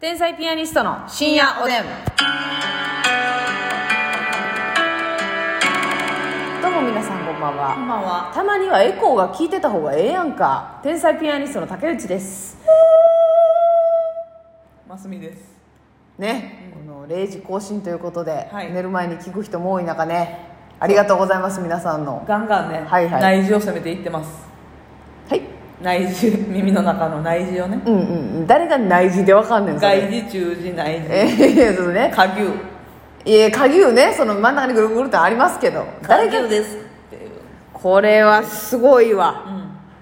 天才ピアニストの深夜おでん。どうも皆さんこんばこんんは。ばんは。たまにはエコーが効いてた方がええやんか。天才ピアニストの竹内です。ますみです。ね、この0時更新ということで、はい寝る前に聞く人も多い中ね、ありがとうございます皆さんの。ガンガンね、はいはい内耳を攻めていってます。はい。内耳、耳の中の内耳をね。うんうんうん。誰が内耳でわかんねんそ外れ。耳、中耳、内耳、えー、いやそうね。下牛。いや鍵をねその真ん中にぐるぐるってありますけど誰下が牛ですっていう。これはすごいわ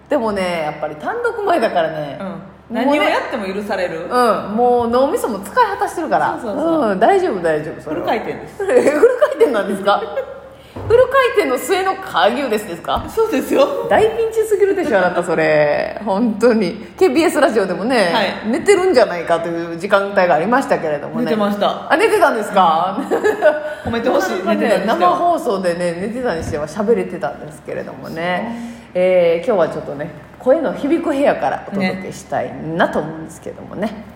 う、ん。でもねやっぱり単独前だからねうん。もう何をねやっても許される。うんもう脳みそも使い果たしてるからそうそうそん、大丈夫大丈夫そフれルは回転です。 フル回転なんですかフル回転の末の鍵をですですかそうですよ。大ピンチすぎるでしょあなたそれ本当に KBS ラジオでもね、は寝てるんじゃないかという時間帯がありましたけれどもね寝てました。あ寝てたんですか、褒めてほしい。なんか寝てたにしねて生は。放送でね寝てたにしては喋れてたんですけれどもね、えー今日はちょっとね声の響く部屋からお届けしたいなと思うんですけどもね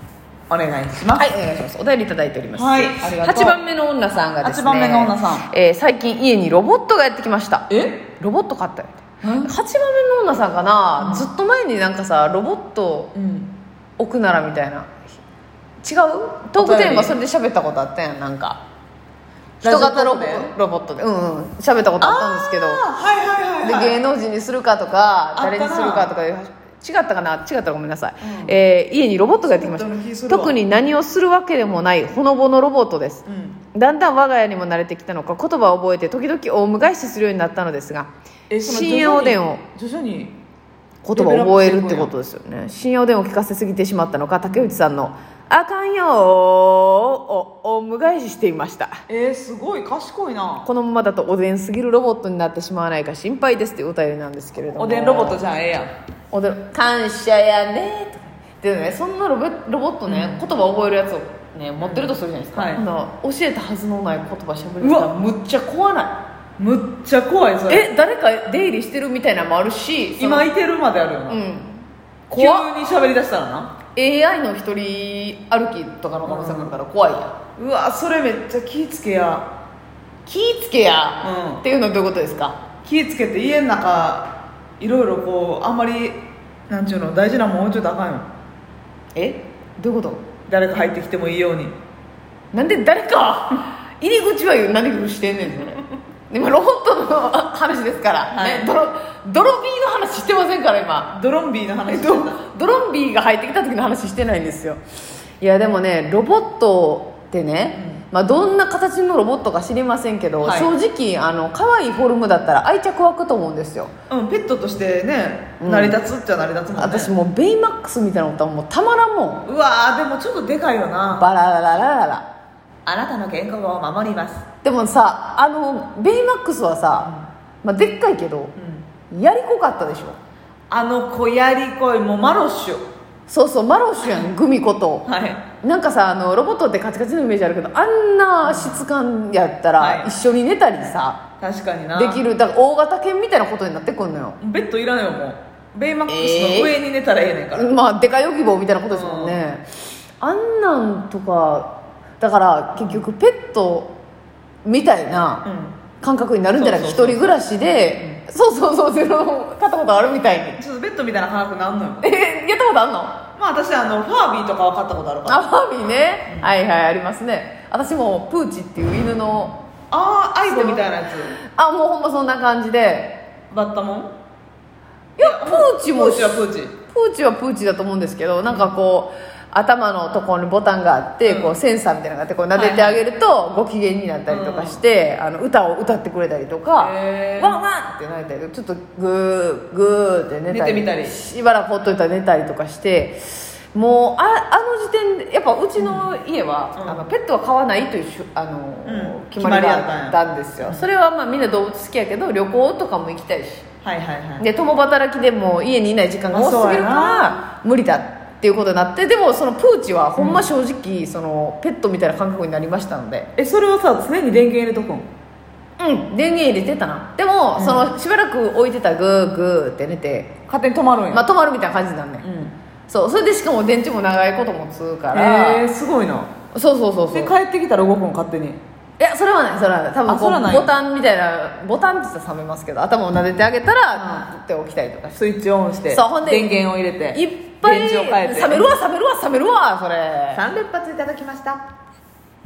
お願いします。はいお願いしますお便りいただいております、はいありがとう8番目の女さんがですね8番目の女さん、えー最近家にロボットがやってきましたえロボット買ったよん8番目の女さんかな、ずっと前になんかさロボットうん。置くならみたいな違うトークテーマそれで喋ったことあったやんなんかラジ人オトークで型ロボロボットでうんうん喋ったことあったんですけあはいはいはいどはでい。芸能人にするかとかあったな誰にするかとかいう違ったかな違ったらごめんなさい、えー家にロボットがやってきまそうだったような気しすたるわ特に何をするわけでもないほのぼのロボットですうん。だんだん我が家にも慣れてきたのか言葉を覚えて時々オウム返しするようになったのですがえその深夜おでんを徐々に。言葉を覚えるってことですよね信用電話を聞かせすぎてしまったのか竹内さんの「あかんよー」をお無返ししていましたえー、すごい賢いな。このままだとおでんすぎるロボットになってしまわないか心配ですっていうお便りなんですけれどもおでんロボットじゃんええやん。おでん感謝やねーとかでねそんなロボロボットね、言葉覚えるやつをね持ってるとするじゃないですか、はいほな教えたはずのない言葉しゃべる人うはわむっちゃ怖なむっちゃ怖いそいれえ誰か出入りしてるみたいなのもあるしその今いてるまであるよな、うん急に怖っ喋りだしたらな AI の一人歩きとかの可能性もあるから怖いやんうわそれめっちゃ気ぃつけや気ぃつけや、うんっていうのはどういうことですか気ぃつけて家の中いろいろこうあんまりなんちゅうの大事なもん置いといたらあかんよえどういうこと誰か入ってきてもいいようになんで誰 か入り口は言うなんで許してんねんそれでもロボットの話ですから、はいね、ドロドロビーの話してませんから今ドロンビーの話してドたドロンビーが入ってきた時の話してないんですよいやでもねロボットってね、まあ、どんな形のロボットか知りませんけど、はい正直あの可愛いフォルムだったら愛着湧くと思うんですようんペットとしてねうん成り立つっちゃ成り立つもんね、私もうベイマックスみたいなのとはもうたまらんもんうわーでもちょっとでかいよなバララララララあなたの健康を守りますでもさあのベイマックスはさ、まあ、でっかいけどうんやりこかったでしょあの小やりこいもうマロッシュそうそうマロッシュ やんグミことはいなんかさあのロボットってカチカチのイメージあるけどあんな質感やったらはい一緒に寝たりさ、確かになできるだから大型犬みたいなことになってくんのよベッドいらないよもうベイマックスの上に寝たらええねんから、まあでかヨギボーみたいなことですもんね、あんなんとかだから結局ペットみたいな、う感覚になるんじゃないかそう一そうそう人暮らしでそうそうそうゼロ買ったことあるみたいんにちょっとベッドみたいな感覚なんのよ えやったことあんのあまあ私あのファービーとかは買ったことあるからあファービーね、はいはいありますね私もプーチっていう犬のあーアイゴみたいなやつあもうほんまそんな感じでバッタモンいやプーチプもーチはプーチプーチはプーチだと思うんですけどなんかこう頭のところにボタンがあって、うんこうセンサーみたいなのがあってこう撫でてあげるとご機嫌になったりとかして、あの歌を歌ってくれたりとかへーワンワンってなりたりちょっとグーグーって寝たり寝てみたりしばらくほっといたら寝たりとかしてもうああの時点でやっぱうちの家は、うんあのペットは飼わないというしゅあの、うん決ま決まりりやったんがあやったんですよそれはまあみんな動物好きやけど旅行とかも行きたいしはいはいはいで共働きでもう家にいない時間が多すぎるかまら無理だっていうことになってでもそのプーチはほんま正直、そのペットみたいな感覚になりましたのでえそれはさ常に電源入れとくんうん電源入れてたなでも、そのしばらく置いてたグーグーって寝て勝手に止まるんや、まあ止まるみたいな感じなんね、うんそうそれでしかも電池も長いこと持つから、えー、すごいなそうそうそうそうで帰ってきたら動くの勝手にいやそれはないそれはない多分あそれはないこうボタンみたいなボタンって言ったら冷めますけど頭を撫でてあげたらう取っておきたりとかしてスイッチオンしてそうほんで電源を入れていっぱい電池を変えて冷めるわ冷めるわ冷めるわそれ3連発いただきました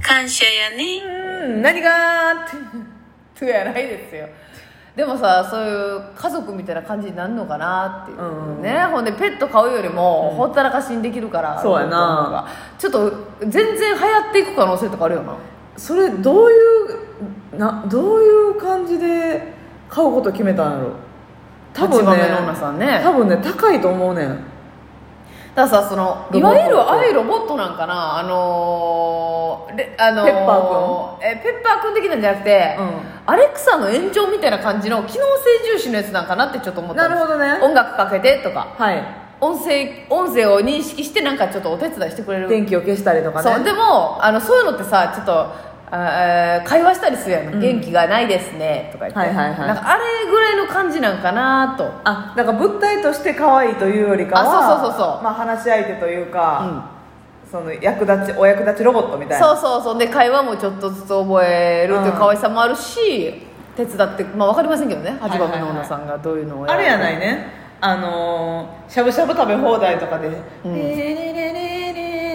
感謝やねうん何がーって とやないですよでもさそういう家族みたいな感じになるのかなっていう、うんねほんでペット買うよりもほったらかしにできるから、そうやなロボットの方がちょっと全然流行っていく可能性とかあるよなそれどういうなどういう感じで買うこと決めたんやろ多分立場ね目の女さんね多分ね高いと思うねんだからさそのロいボットわゆるああいうロボットなんかなあのーレあのペッパー君えペッパー君的なんじゃなくて、うアレクサの延長みたいな感じの機能性重視のやつなんかなってちょっと思ったんですなるほどね音楽かけてとかはい音声音声を認識してなんかちょっとお手伝いしてくれる電気を消したりとかねそうでもあのそういうのってさちょっとあー会話したりするやん、うん元気がないですねとか言って、はいはいはいなんかあれぐらいの感じなんかなとあなんか物体として可愛いというよりかはあそうそうそうそうまあ、話し相手といううんか、その役立ちお役立ちロボットみたいなそうそうそうで会話もちょっとずつ覚えるという可愛さもあるし、手伝ってまあ分かりませんけどねいは八い番目の女さんがどういうのをあれやいないねあのーしゃぶしゃぶ食べ放題とかで「うんレレレレレ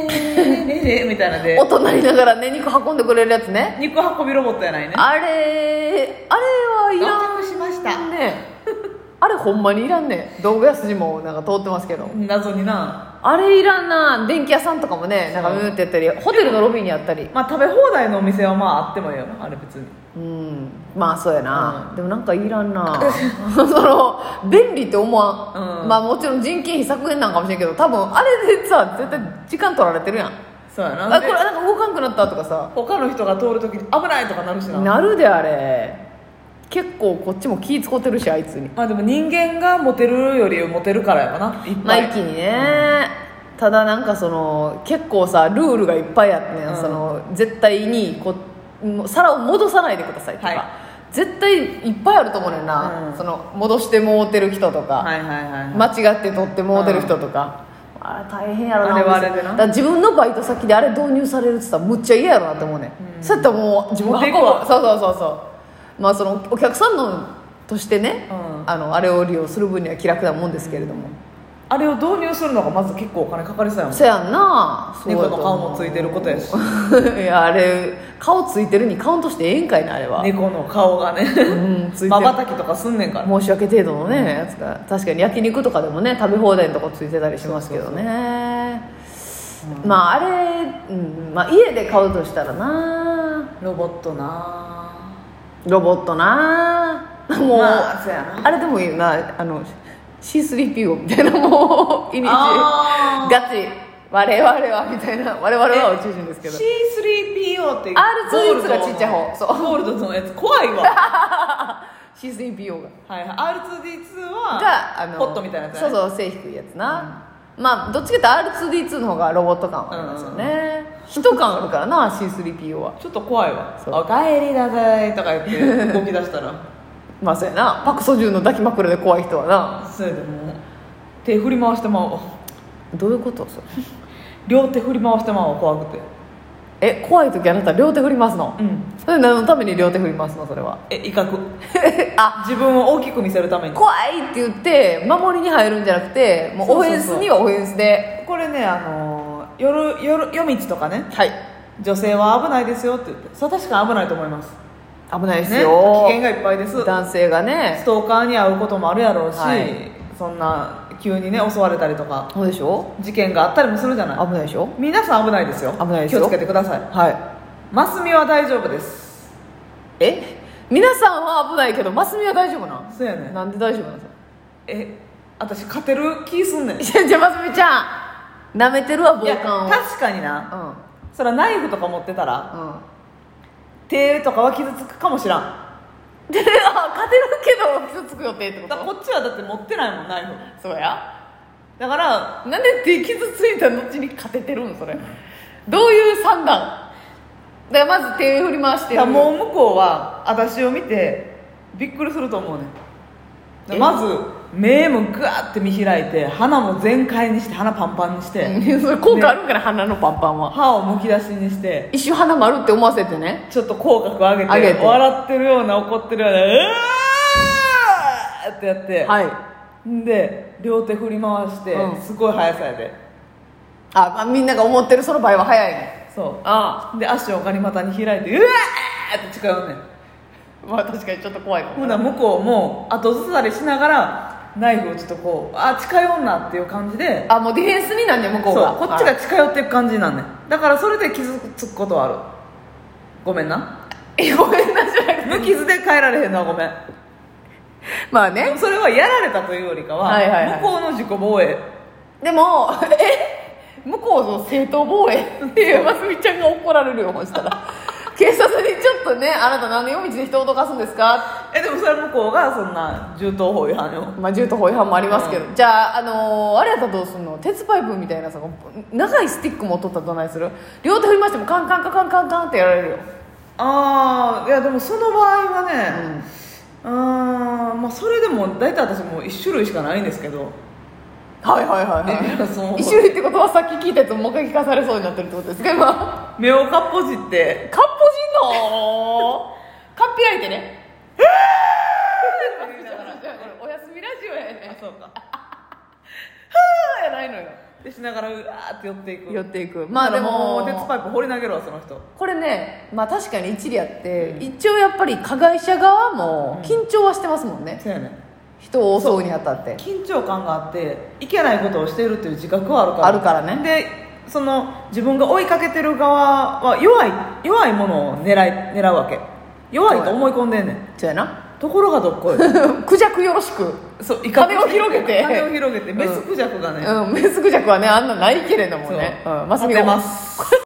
レレレ」みたいなので大人にながらね肉運んでくれるやつね肉運びロボットやないねあれあれはいらん到着しましたねあれほんまにいらんね道具屋筋もなんか通ってますけど謎になあれいらんな電気屋さんとかもねなんかそうムーってやったりホテルのロビーにあったりまあ食べ放題のお店はまああってもいいよなあれ別にうんまあそうやな、うでもなんかいらん なその便利って思わん、うんまあもちろん人件費削減なんかもしれんけど多分あれでさ絶対時間取られてるやんそうやなあでこれなんか動かんくなったとかさ他の人が通るときに危ないとかなるしななるであれ結構こっちも気使ってるしあいつにまあでも人間がモテるよりモテるからやかないっまあぱい一気にね、ただなんかその結構さルールがいっぱいあってね、うんその絶対にこもう皿を戻さないでくださいとか、はい絶対いっぱいあると思うねんな、うんその戻してもうてる人とか、はいはいはいはい、間違って取ってもうてる人とか、あれ大変やろなあれはあれおで店なだから自分のバイト先であれ導入されるってさむっちゃ嫌やろなって思うね、ん、そうやったらもう自分持っていく運ぶわそうそうそうそうまあそのお客さんのとしてね、うんあのあれを利用する分には気楽なもんですけれども、あれを導入するのがまず結構お金かかりそうやもんそやんなそうや猫との思う顔もついてることやし いやあれ顔ついてるにカウントしてええんかいなあれは、猫の顔 がねうんついてるまばたきとかすんねんから申し訳程度のね、やつが確かに焼肉とかでもね食べ放題のとこついてたりしますけどねまああれ、うんまあ、家で買うとしたらなロボットなロボットなもう、まあそうやなあれでもいいよなあの C3PO みたいなもうイニシあーガチ我々はみたいな我々は宇宙人ですけど C3PO って R2D2 がちっちゃい方そうゴールドのやつ怖 いわ C3PO がはい、R2D2 はがあのポットみたいなやつやねそうそう背低いやつな、まあどっちかっていうと R2D2 の方がロボット感はありますよね、人感あるからな C3PO はちょっと怖いわそうおかえりなさいとか言って動き出した らまあそうやなパク・ソジュンの抱き枕で怖い人はなそうやでもう手振り回してまうわどういうことそれ両手振り回してまうわ怖くてえ怖い時あなた両手振りますの、うんそれ何のために両手振りますのそれはえ威 嚇あ自分を大きく見せるために怖いって言って守りに入るんじゃなくてもうオフェンスにはオフェンスでこれねあのー夜夜夜道とかねはい女性は危ないですよって言ってそう確かに危ないと思います危ないですね、危よ、険がいっぱいですス男性がねトーカーに会うこともあるやろうし、はいそんな急にね襲われたりとかそうでしょ事件があったりもするじゃない危ないでしょ皆さん危ないですよ危ないですよ気をつけてくださいはいマスミは大丈夫ですえ皆さんは危ないけどマスミは大丈夫なんそうやねなんで大丈夫なんですかえ私勝てる気すんねんいいやじゃあマスミちゃんなめてるわ防や寒を確かになそらナイフとか持ってたらうんうん手とかは傷つくかもしらんであ勝てるけど傷つく予定ってこだからとこっちはだって持ってないもんナイフそうやだからなんで手傷ついた後に勝ててるんそれどういう算段だからまず手振り回してだからるもう向こうは私を見てびっくりすると思うねんえまず目もグワーって見開いて鼻も全開にして鼻パンパンにして、うん それ効果あるんから、鼻のパンパンは歯をむき出しにして一瞬鼻丸って思わせてねちょっと口角上げて上げて笑ってるような怒ってるようなうわーってやって、はいんで両手振り回して、うんすごい速さやであ、まあ、みんなが思ってるその場合は早いねそあうで足をガニ股に開いてうわーって近寄んねんあまあ確かにちょっと怖いかほな向こうも後ずさりしながらナイフをちょっとこうあ近寄んなっていう感じであもうディフェンスになんね向こうがそうこっちが近寄っていく感じなんねんだからそれで傷つくことはあるごめんなえごめんなさい無傷で帰られへんのはごめんまあでねもそれはやられたというよりかは,、はいはいはい向こうの自己防衛でもえ向こうの正当防衛っていうますみちゃんが怒られるよ ほしたら警察にちょっとねあなた何の夜道で人を脅かすんですかえでもそれは向こうがそんな銃刀法違反よまあ銃刀法違反もありますけど、うじゃあ、あのーあれやったらどうすんの鉄パイプみたいなさ長いスティック持っとったらどないする両手振りましてもカンカンカンカンカンカンってやられるよああいやでもその場合はねうーんまあそれでも大体私もう1種類しかないんですけどはいはいはいえそうはい一種類ってことはさっき聞いたやつももう一回聞かされそうになってるってことですか今目をかっぽじってカッポジンのカッピラいてねおやすみラジオやねそうかそうやないのよでしながらうわーって寄っていく寄っていくまあでももう鉄パイプ放り投げるわその人これねまあ確かに一理あって、一応やっぱり加害者側も緊張はしてますもんね、そうやね人を襲うにあたって緊張感があっていけないことをしているっていう自覚はあるからあるからねでその自分が追いかけてる側は弱い弱いものを狙い狙うわけ弱いと思い込んでんねんそうや なところがどっこいクジャクよろしくそう威嚇羽を広げて羽を広げてメうスんクジャクがね、うん、メスクジャクはねあんなないけれどもねそううんマスミ立てがますこれ